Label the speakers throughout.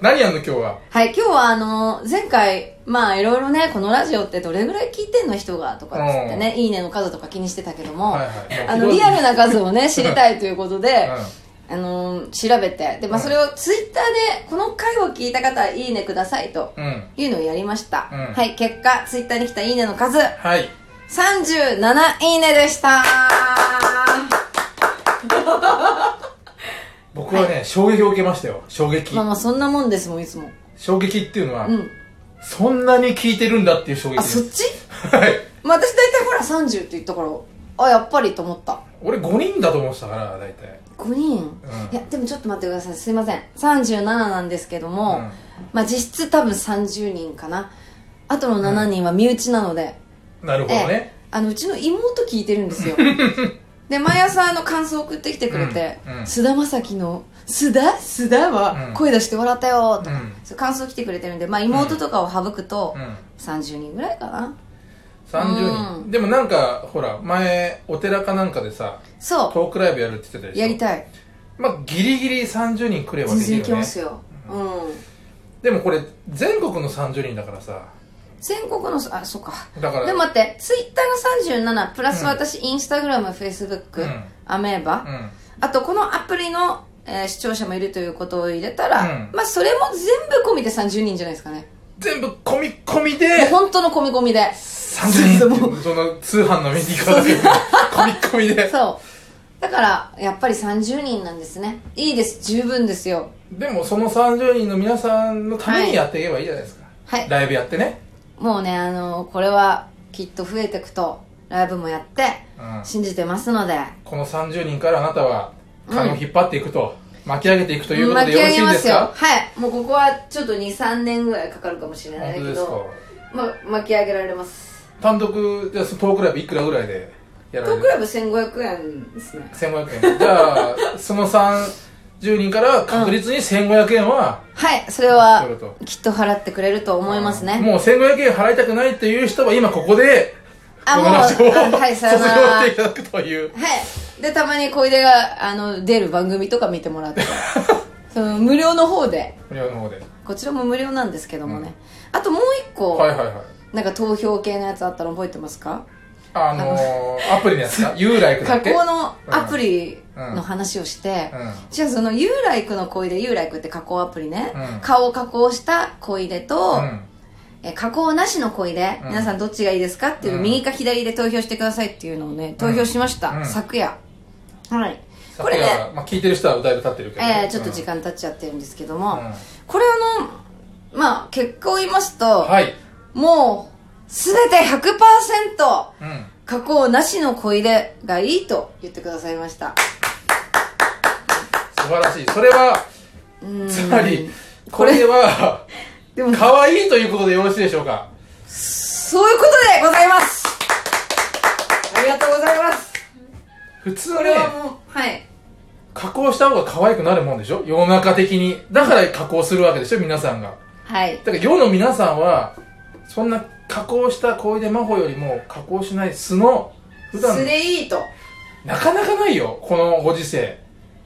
Speaker 1: 何やんの今日は
Speaker 2: はい、今日はあの、前回、まあいろいろね、このラジオってどれぐらい聞いてんの人がとかっつってね、いいねの数とか気にしてたけども、
Speaker 1: はいはい
Speaker 2: あの、リアルな数を ね、知りたいということで、あの、調べて、で、まあそれをツイッターで、この回を聞いた方、いいねくださいと
Speaker 1: うんうん
Speaker 2: いうのをやりました。
Speaker 1: うん
Speaker 2: はい、結果、ツイッターに来たいいねの数、
Speaker 1: はい
Speaker 2: 37いいねでした
Speaker 1: 僕はね、衝撃を受けましたよ衝撃
Speaker 2: まあまあそんなもんですもん、いつも。
Speaker 1: 衝撃っていうのは、
Speaker 2: うん。
Speaker 1: そんなに聞いてるんだっていう衝撃で
Speaker 2: あ、そっ
Speaker 1: す
Speaker 2: ち
Speaker 1: はい
Speaker 2: まあ私大体ほら30って言ったから、あ、やっぱりと思った。
Speaker 1: 俺5人だと思ってたから大体
Speaker 2: 5人、
Speaker 1: うん
Speaker 2: いやでもちょっと待ってくださいすいません37なんですけど
Speaker 1: う
Speaker 2: も、
Speaker 1: ん
Speaker 2: まあ実質多分30人かなあとの7人は身内なので、
Speaker 1: なるほ
Speaker 2: え
Speaker 1: ど
Speaker 2: え
Speaker 1: ね、
Speaker 2: あのうちの妹聞いてる んですよで毎朝あの感想送ってきてくれて
Speaker 1: うんうん
Speaker 2: 菅、田将暉の「須田須田
Speaker 1: う
Speaker 2: は
Speaker 1: ん
Speaker 2: 声出して笑ったよ」とか、
Speaker 1: うん
Speaker 2: そう感想来てくれてるんで、まあ、妹とかを省くと
Speaker 1: うん
Speaker 2: 30人ぐらいかな
Speaker 1: 30人、
Speaker 2: うん
Speaker 1: でもなんかほら前お寺かなんかでさ
Speaker 2: そ
Speaker 1: トークライブやるって言ってたで
Speaker 2: う
Speaker 1: しょ
Speaker 2: やりたい
Speaker 1: まあギリギリ30人くれば
Speaker 2: 全
Speaker 1: でき
Speaker 2: 然
Speaker 1: る
Speaker 2: いけ
Speaker 1: よ
Speaker 2: ま
Speaker 1: ね
Speaker 2: すよ、うん、
Speaker 1: でもこれ全国の30人だからさ
Speaker 2: 全国のあそっか
Speaker 1: だから
Speaker 2: でも待ってツイッターが37プラス
Speaker 1: うん
Speaker 2: 私、インスタグラムフェイスブック
Speaker 1: うん
Speaker 2: アメーバ、
Speaker 1: うん
Speaker 2: あとこのアプリの、えー視聴者もいるということを入れたら、
Speaker 1: うん
Speaker 2: まあそれも全部込みで30人じゃないですかね
Speaker 1: 全部込み込み で
Speaker 2: もう本当の込み込みで
Speaker 1: 30
Speaker 2: も
Speaker 1: 人その通販のメニューから込み込みで
Speaker 2: そうだからやっぱり30人なんですねいいです十分ですよ
Speaker 1: でもその30人の皆さんのため
Speaker 2: は
Speaker 1: に
Speaker 2: い
Speaker 1: やっていけばいいじゃないですか、
Speaker 2: はい
Speaker 1: ライブやってね
Speaker 2: もうねあのこれはきっと増えていくとライブもやって
Speaker 1: うん
Speaker 2: 信じてますので、
Speaker 1: この30人からあなたは金を引っ張っていくと、巻き上げていくということ
Speaker 2: 巻
Speaker 1: で
Speaker 2: き
Speaker 1: よろ
Speaker 2: 上
Speaker 1: し
Speaker 2: げ
Speaker 1: いん
Speaker 2: ま
Speaker 1: ですす
Speaker 2: よ
Speaker 1: か
Speaker 2: はいもうここはちょっと23年ぐらいかかるかもしれないけ
Speaker 1: 本当ですか
Speaker 2: どま、巻き上げられます
Speaker 1: 単独じゃあそのトークライブいくらぐらいでやられ
Speaker 2: ト
Speaker 1: る
Speaker 2: ークライブ1500円ですね
Speaker 1: 1500円じゃあその30人から確実に1500円は、
Speaker 2: はいそれ
Speaker 1: な
Speaker 2: は
Speaker 1: るほど
Speaker 2: きっと払ってくれると思いますね
Speaker 1: もう1500円払いたくないっていう人は今ここで
Speaker 2: あ
Speaker 1: こ
Speaker 2: もう
Speaker 1: のラジオを
Speaker 2: あはい
Speaker 1: 卒
Speaker 2: さよ
Speaker 1: 業
Speaker 2: なら
Speaker 1: していただくという
Speaker 2: はいでたまに小出があの出る番組とか見てもらってその無料の方で
Speaker 1: 無料の方で
Speaker 2: こちらも無料なんですけどもね、あともう一個、
Speaker 1: はいはいはい
Speaker 2: なんか投票系のやつあったの覚えてますか
Speaker 1: あのー、アプリのやつ か u l i k だ
Speaker 2: 加
Speaker 1: っけ
Speaker 2: 工のアプリ
Speaker 1: うん
Speaker 2: の話をして、
Speaker 1: うん
Speaker 2: じゃあそのユーライクの小出ユーライクって加工アプリね、
Speaker 1: うん
Speaker 2: 顔を加工した小出と、
Speaker 1: うん
Speaker 2: え加工なしの小出、
Speaker 1: うん
Speaker 2: 皆さんどっちがいいですかっていう、
Speaker 1: うん
Speaker 2: 右か左で投票してくださいっていうのをね投票しました、
Speaker 1: うん
Speaker 2: 昨夜はいこ
Speaker 1: こ
Speaker 2: れ
Speaker 1: れ
Speaker 2: ね、
Speaker 1: まあ、聞いてる人はだいぶ経ってるけど、
Speaker 2: えー、ちょっと時間経っちゃってるんですけども、
Speaker 1: うん
Speaker 2: これあのまあ結果を言います
Speaker 1: う
Speaker 2: と、
Speaker 1: んはい
Speaker 2: もう全て100%
Speaker 1: うん
Speaker 2: 加工なしの小出がいいと言ってくださいました
Speaker 1: 素晴らしいそれは
Speaker 2: うん
Speaker 1: つまりこ
Speaker 2: これ
Speaker 1: れは
Speaker 2: でも
Speaker 1: 可愛いということでよろしいでしょうか
Speaker 2: そういうことでございますありがとうございます
Speaker 1: 普通
Speaker 2: こ
Speaker 1: は
Speaker 2: れ
Speaker 1: ね
Speaker 2: はもうはい
Speaker 1: 加工した方が可愛くなるもんでしょ世の中的にだから加工するわけでしょ皆さんが
Speaker 2: はい
Speaker 1: だから世の皆さんはそんな加工した小出真帆よりも加工しない素の普段
Speaker 2: 素でいいと
Speaker 1: なかなかないよこのご時世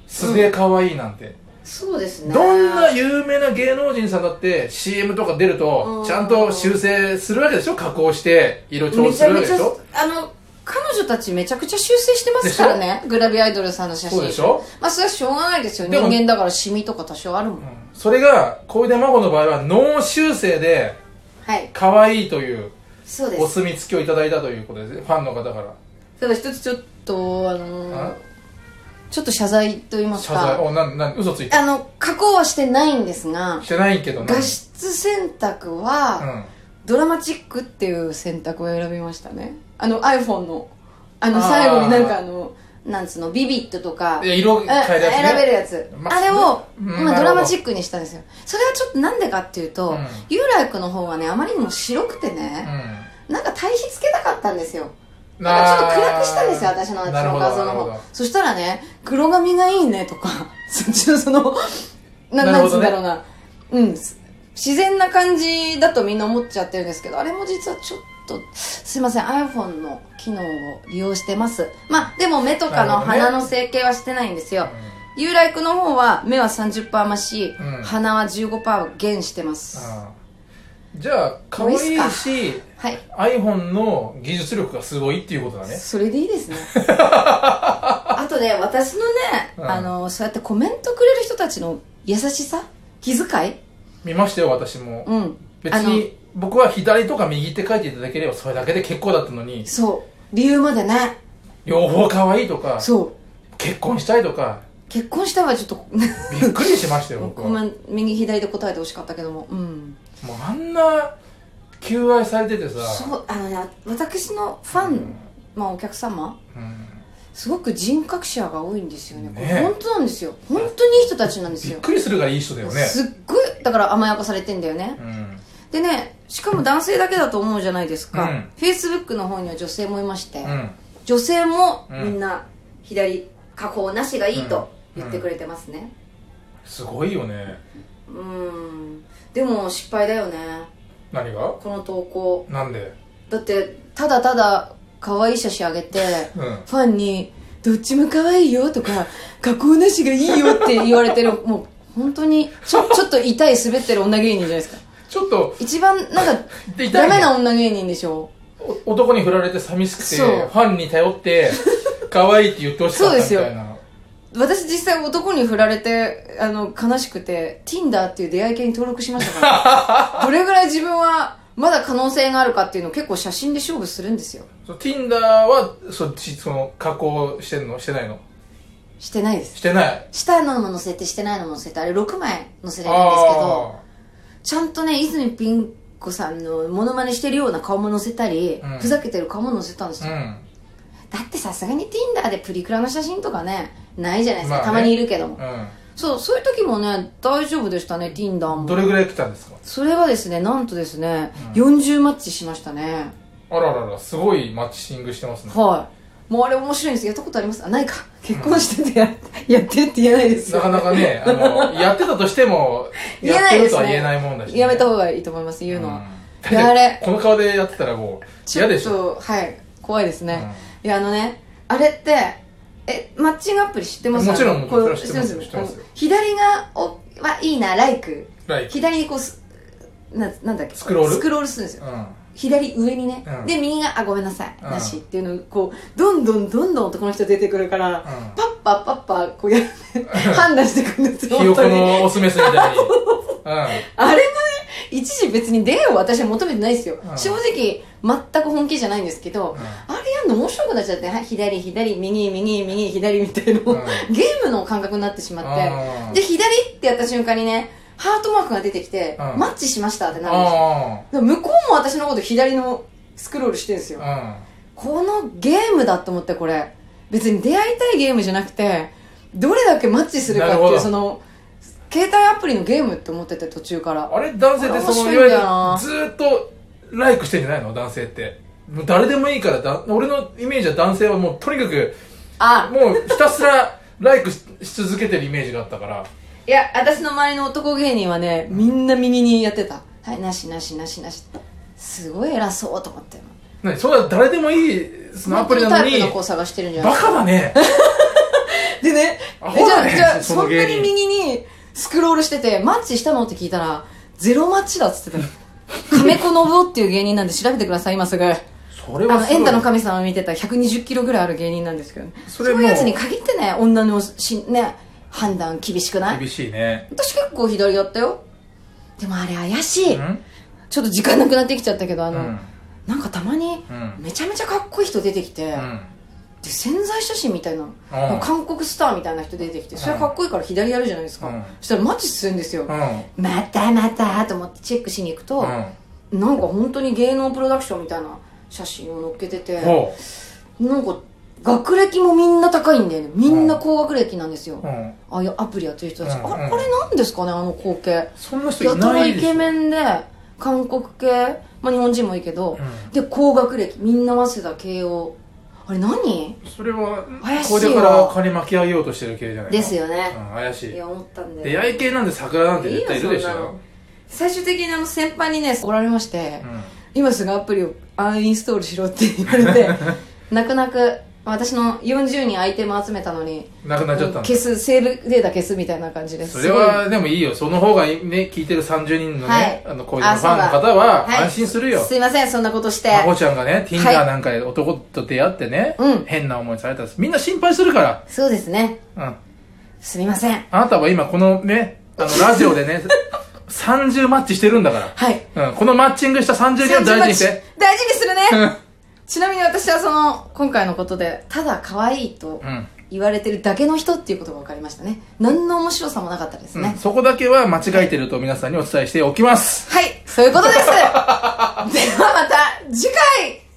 Speaker 1: 素で可愛いなんて、
Speaker 2: そうですね
Speaker 1: どんな有名な芸能人さんだって CM とか出る
Speaker 2: う
Speaker 1: と
Speaker 2: ん
Speaker 1: ちゃんと修正するわけでしょ加工して色調整
Speaker 2: めち
Speaker 1: す
Speaker 2: ゃ
Speaker 1: るわ
Speaker 2: め
Speaker 1: けで
Speaker 2: ちゃ
Speaker 1: しょ
Speaker 2: あの彼女たちめちゃくちゃ修正してますからねグラビアアイドルさんの写真
Speaker 1: そうでしょ、
Speaker 2: まあそれはしょうがないですよ
Speaker 1: で
Speaker 2: 人
Speaker 1: も
Speaker 2: 間だからシミとか多少あるもん、
Speaker 1: うんそれが小出真帆の場合は脳修正で
Speaker 2: はい
Speaker 1: 可愛いという
Speaker 2: そうで
Speaker 1: お
Speaker 2: す
Speaker 1: 墨付きをいただいたということですねファンの方から
Speaker 2: ただ一つちょっとあのー
Speaker 1: あ
Speaker 2: ちょっと謝罪と言います
Speaker 1: 謝罪
Speaker 2: か
Speaker 1: おなんなん嘘ついて
Speaker 2: あの加工はしてないんですが
Speaker 1: してないけどね
Speaker 2: 画質選択
Speaker 1: う
Speaker 2: は、
Speaker 1: ん
Speaker 2: ドラマチックっていう選択を選びましたねあの iPhone のあの
Speaker 1: あー
Speaker 2: 最後になんかあのなんつうのビビットとか
Speaker 1: いや色変えるやつね
Speaker 2: 選べるやつ、
Speaker 1: まあ
Speaker 2: あれを、
Speaker 1: うん
Speaker 2: ま
Speaker 1: なるほ
Speaker 2: あ、
Speaker 1: ど
Speaker 2: ドラマチックにしたんですよそれはちょっとなんでかっていうと、
Speaker 1: うん
Speaker 2: ユーライクの方はねあまりにも白くてね、なんか対比つけたかったんですよ
Speaker 1: うん
Speaker 2: なんかちょっと暗くしたんですよ私のあっち
Speaker 1: なる
Speaker 2: の
Speaker 1: ほど
Speaker 2: 画像の
Speaker 1: なる
Speaker 2: 方
Speaker 1: ほど
Speaker 2: そしたらね黒髪がいいねとか そっちのその
Speaker 1: な
Speaker 2: な
Speaker 1: る
Speaker 2: なん
Speaker 1: ほ
Speaker 2: つう
Speaker 1: ど
Speaker 2: ん
Speaker 1: ね
Speaker 2: だろうな、うんす自然な感じだとみんな思っちゃってるんですけどあれも実はちょっとすいません iPhone の機能を利用してますまあでも目と
Speaker 1: な
Speaker 2: かの
Speaker 1: るほどね
Speaker 2: 鼻の整形はしてないんですよ、有来君の方は目は30%増し、
Speaker 1: うん
Speaker 2: 鼻は15%減してます
Speaker 1: あーじゃあ可愛
Speaker 2: もうい
Speaker 1: い
Speaker 2: いっ
Speaker 1: し
Speaker 2: はい
Speaker 1: iPhone の技術力がすごいっていうことだね
Speaker 2: それでい いですねあとね私のね、
Speaker 1: うん
Speaker 2: あのそうやってコメントくれる人たちの優しさ気遣い
Speaker 1: 見ましたよ私も、
Speaker 2: うん
Speaker 1: 別に僕は左とか右って書いていただければそれだけで結構だったのに
Speaker 2: そう理由までね
Speaker 1: 両方可愛いとか
Speaker 2: そう
Speaker 1: 結婚したいとか
Speaker 2: 結婚したはちょっと
Speaker 1: びっくりしましたよ僕
Speaker 2: ご
Speaker 1: はも
Speaker 2: め
Speaker 1: うん
Speaker 2: 右左で答えてほしかったけどもうん
Speaker 1: あんな求愛されててさ
Speaker 2: そうあのね私のファン、まあお客様
Speaker 1: うん
Speaker 2: すごく人格者が多いんですよねこれ
Speaker 1: ね
Speaker 2: 本当なんですよ本当にいい人たちなんです
Speaker 1: びっ
Speaker 2: よ
Speaker 1: くりするがいい人だよね
Speaker 2: すっごいだから甘やかされてんだよね
Speaker 1: うん
Speaker 2: でねしかも男性だけだと思うじゃないですか、
Speaker 1: うん
Speaker 2: Facebook の方には女性もいまして、
Speaker 1: うん
Speaker 2: 女性も
Speaker 1: うん
Speaker 2: みんな左加工なしがいいと言ってくれてますね
Speaker 1: すごいよね
Speaker 2: うんでも失敗だよね
Speaker 1: 何が
Speaker 2: この投稿
Speaker 1: なんで
Speaker 2: だってただただ可愛い写真あげて
Speaker 1: うん
Speaker 2: ファンに「どっちも可愛いよ」とか「加工なしがいいよ」って言われて るもう本当にちょちょっと痛い滑ってる女芸人じゃないですか
Speaker 1: ちょっと
Speaker 2: 一番なんか
Speaker 1: 痛いね
Speaker 2: ダメな女芸人でしょ
Speaker 1: お男に振られて寂しくて
Speaker 2: そう
Speaker 1: ファンに頼 って可愛いって言ってほしかったみ
Speaker 2: そう
Speaker 1: た
Speaker 2: で
Speaker 1: いな
Speaker 2: 私実際男に振られてあの悲しくて Tinder っていう出会い系に登録しまし たからどれぐらい自分はまだ可能性があるかっていうのを結構写真で勝負するんですよ
Speaker 1: そう Tinder はそちその加工してんのしてないの
Speaker 2: してないです
Speaker 1: してない
Speaker 2: したのも載せてしてないのも載せてあれ6枚載せれるんですけど
Speaker 1: あ
Speaker 2: ちゃんとね泉ピン子さんのモノマネしてるような顔も載せたり、
Speaker 1: うん
Speaker 2: ふざけてる顔も載せたんですよ、
Speaker 1: あ
Speaker 2: だってさすがに Tinder でプリクラの写真とかねないじゃないです
Speaker 1: ま
Speaker 2: か、
Speaker 1: あね
Speaker 2: たまにいるけども
Speaker 1: う
Speaker 2: そうそういう時もね大丈夫でしたね Tinder
Speaker 1: ん
Speaker 2: も
Speaker 1: どれぐらい来たんですか
Speaker 2: それはですねなんとですね、40マッチしましたね
Speaker 1: あらららすごいマッチングしてますね
Speaker 2: はいもうあれ面白いんですやったことありますあないか結婚し ててや,、やってって言えないです
Speaker 1: な
Speaker 2: よ
Speaker 1: かなか ねあのやってたとしても
Speaker 2: 言
Speaker 1: やっ
Speaker 2: えな
Speaker 1: て
Speaker 2: いで
Speaker 1: る
Speaker 2: す
Speaker 1: と
Speaker 2: ね
Speaker 1: は言えないもんだしね
Speaker 2: やめた方がいいと思います言うのは、
Speaker 1: うんだって
Speaker 2: あれ
Speaker 1: この顔でやってたらもう
Speaker 2: ちょ
Speaker 1: 嫌
Speaker 2: っ
Speaker 1: でしょ
Speaker 2: とはい怖いですね、いやあのねあれってえマッチングアプリ知ってます
Speaker 1: もちろん
Speaker 2: あのこう
Speaker 1: もちろん知ってますよ
Speaker 2: 知
Speaker 1: 知
Speaker 2: ってます
Speaker 1: ってますよ
Speaker 2: こう左がおはいいなライク
Speaker 1: ライク
Speaker 2: 左にこうすななんだっけ
Speaker 1: スクロール
Speaker 2: スクロールするんですよ
Speaker 1: うん
Speaker 2: 左上にね、
Speaker 1: うん
Speaker 2: で右が「あごめんなさい、
Speaker 1: うん
Speaker 2: なし」っていうのをこうどんどんどんどん男の人出てくるから、パッパパッパこう やって判断してくるんですよ
Speaker 1: ひ
Speaker 2: 本
Speaker 1: よこ
Speaker 2: 当に
Speaker 1: のオスメスみたいに
Speaker 2: あれもね一時別に出会いを私は求めてないですよ、
Speaker 1: うん
Speaker 2: 正直全く本気じゃないんですけど、
Speaker 1: うん
Speaker 2: あれやるの面白くなっちゃってはい左左右右右左みたいな、
Speaker 1: うん
Speaker 2: ゲームの感覚になってしまって、
Speaker 1: うん
Speaker 2: で左ってやった瞬間にねハートマークが出てきて、
Speaker 1: うん
Speaker 2: マッチしましたってなるんですよ
Speaker 1: あ
Speaker 2: だから向こうも私のこと左のスクロールしてるんですよ、
Speaker 1: あ
Speaker 2: このゲームだと思ってこれ別に出会いたいゲームじゃなくてどれだけマッチするかって
Speaker 1: なる
Speaker 2: い
Speaker 1: ほ
Speaker 2: う
Speaker 1: ど
Speaker 2: その携帯アプリのゲームって思ってて途中から
Speaker 1: あれ男性ってそ
Speaker 2: あ
Speaker 1: のいわ
Speaker 2: れ面白い
Speaker 1: ゆ
Speaker 2: ん
Speaker 1: る
Speaker 2: だよな
Speaker 1: ずーっとライクしてんじゃないの男性ってもう誰でもいいからだ俺のイメージは男性はもうとにかく
Speaker 2: あ
Speaker 1: もうひたすらライクしし続けてるイメージがあったから
Speaker 2: いや私の周りの男芸人はねみんな右にやってたはいなしなしなしなしすごい偉そうと思って
Speaker 1: 何それは誰でもいいそのアプリなの
Speaker 2: 本当タイ
Speaker 1: に
Speaker 2: プの子を探してるんじゃない
Speaker 1: バカだね
Speaker 2: でね
Speaker 1: ア
Speaker 2: え
Speaker 1: ホ
Speaker 2: じゃ
Speaker 1: だ
Speaker 2: あ
Speaker 1: ね
Speaker 2: じゃあ
Speaker 1: そ
Speaker 2: そ
Speaker 1: の
Speaker 2: んな
Speaker 1: 芸人
Speaker 2: に右にスクロールしててマッチしたのって聞いたらゼロマッチだっつ ってたよ亀子信夫っていう芸人なんで調べてください今すぐ
Speaker 1: それ
Speaker 2: あ
Speaker 1: は
Speaker 2: の、
Speaker 1: すごい
Speaker 2: エンタの神様見てた120キロぐらいある芸人なんですけどね。そ
Speaker 1: そうれも
Speaker 2: いうやつに限ってね、女のし、ね、判断厳しくない
Speaker 1: 厳しいね
Speaker 2: 私結構左だったよ。でもあれ怪しい。
Speaker 1: うん
Speaker 2: ちょっと時間なくなってきちゃったけど、あ
Speaker 1: う
Speaker 2: の、
Speaker 1: ん
Speaker 2: なんかたまに
Speaker 1: うん、
Speaker 2: めちゃめちゃかっこいい人出てきて、
Speaker 1: うん
Speaker 2: で、潜在写真みたいな、
Speaker 1: ん
Speaker 2: 韓国スターみたいな人出てきて、それはかっこいいから左やるじゃないですか。
Speaker 1: うん
Speaker 2: そしたらマッチするんですよ。
Speaker 1: うん
Speaker 2: またまたと思ってチェックしに行くと、
Speaker 1: う
Speaker 2: なんか本当に芸能プロダクションみたいな写真を載っけてて、
Speaker 1: んほ
Speaker 2: なんか学歴もみんな高いんだよねみんな高学歴なんですよ、
Speaker 1: ううん
Speaker 2: ああいうアプリやってる人たち、
Speaker 1: うん
Speaker 2: あ
Speaker 1: うん
Speaker 2: あれなんですかねあの光景や
Speaker 1: そんな人
Speaker 2: た
Speaker 1: いな
Speaker 2: ら
Speaker 1: い
Speaker 2: イ
Speaker 1: でし
Speaker 2: ケ
Speaker 1: ょ
Speaker 2: メンで韓国系、まあ、日本人もいいけど、
Speaker 1: う
Speaker 2: で高学歴みんな早稲田慶応あれ何
Speaker 1: それは
Speaker 2: 怪しい
Speaker 1: こ
Speaker 2: わ
Speaker 1: れから金巻き上げようとしてる系じゃない
Speaker 2: です
Speaker 1: よ
Speaker 2: よ
Speaker 1: うん
Speaker 2: ね、
Speaker 1: 怪しい
Speaker 2: いや思ったんで
Speaker 1: 出会い系なんで桜なんて絶対いるでし
Speaker 2: いいよそんな
Speaker 1: ょ
Speaker 2: の最終的にあの先輩にねおられまして、
Speaker 1: うん
Speaker 2: 今すぐアプリをアンインストールしろって言われて泣く泣く私の40人アイテム集めたのに
Speaker 1: なくなっちゃったの
Speaker 2: 消すセーブデータ消すみたいな感じです
Speaker 1: それはでもいいよその方がいいね聞いてる30人のね、
Speaker 2: はい
Speaker 1: あの恋のファンの方
Speaker 2: あ
Speaker 1: は
Speaker 2: そうだはい
Speaker 1: 安心する
Speaker 2: すごい
Speaker 1: よ、
Speaker 2: すいませんそんなことして
Speaker 1: まこちゃんがね Tinder
Speaker 2: はい
Speaker 1: なんかで男と出会ってね、
Speaker 2: うん
Speaker 1: 変な思いされたらみんな心配するか
Speaker 2: そうですね
Speaker 1: ら、うん、
Speaker 2: すみません
Speaker 1: あなたは今このねあのラジオで ね30マッチしてるんだか
Speaker 2: はい
Speaker 1: ら、うん、このマッチングした30人を大事にして
Speaker 2: 大事にする
Speaker 1: う
Speaker 2: ね
Speaker 1: ん
Speaker 2: ちなみに私はその今回のことでただ可愛いと
Speaker 1: うん
Speaker 2: 言われてるだけの人っていうことが分かりましたね何の面白さもなかったですね、
Speaker 1: そこだけは間違えてると皆さんにお伝えしておきます
Speaker 2: はい、そういうことです。ではまた次回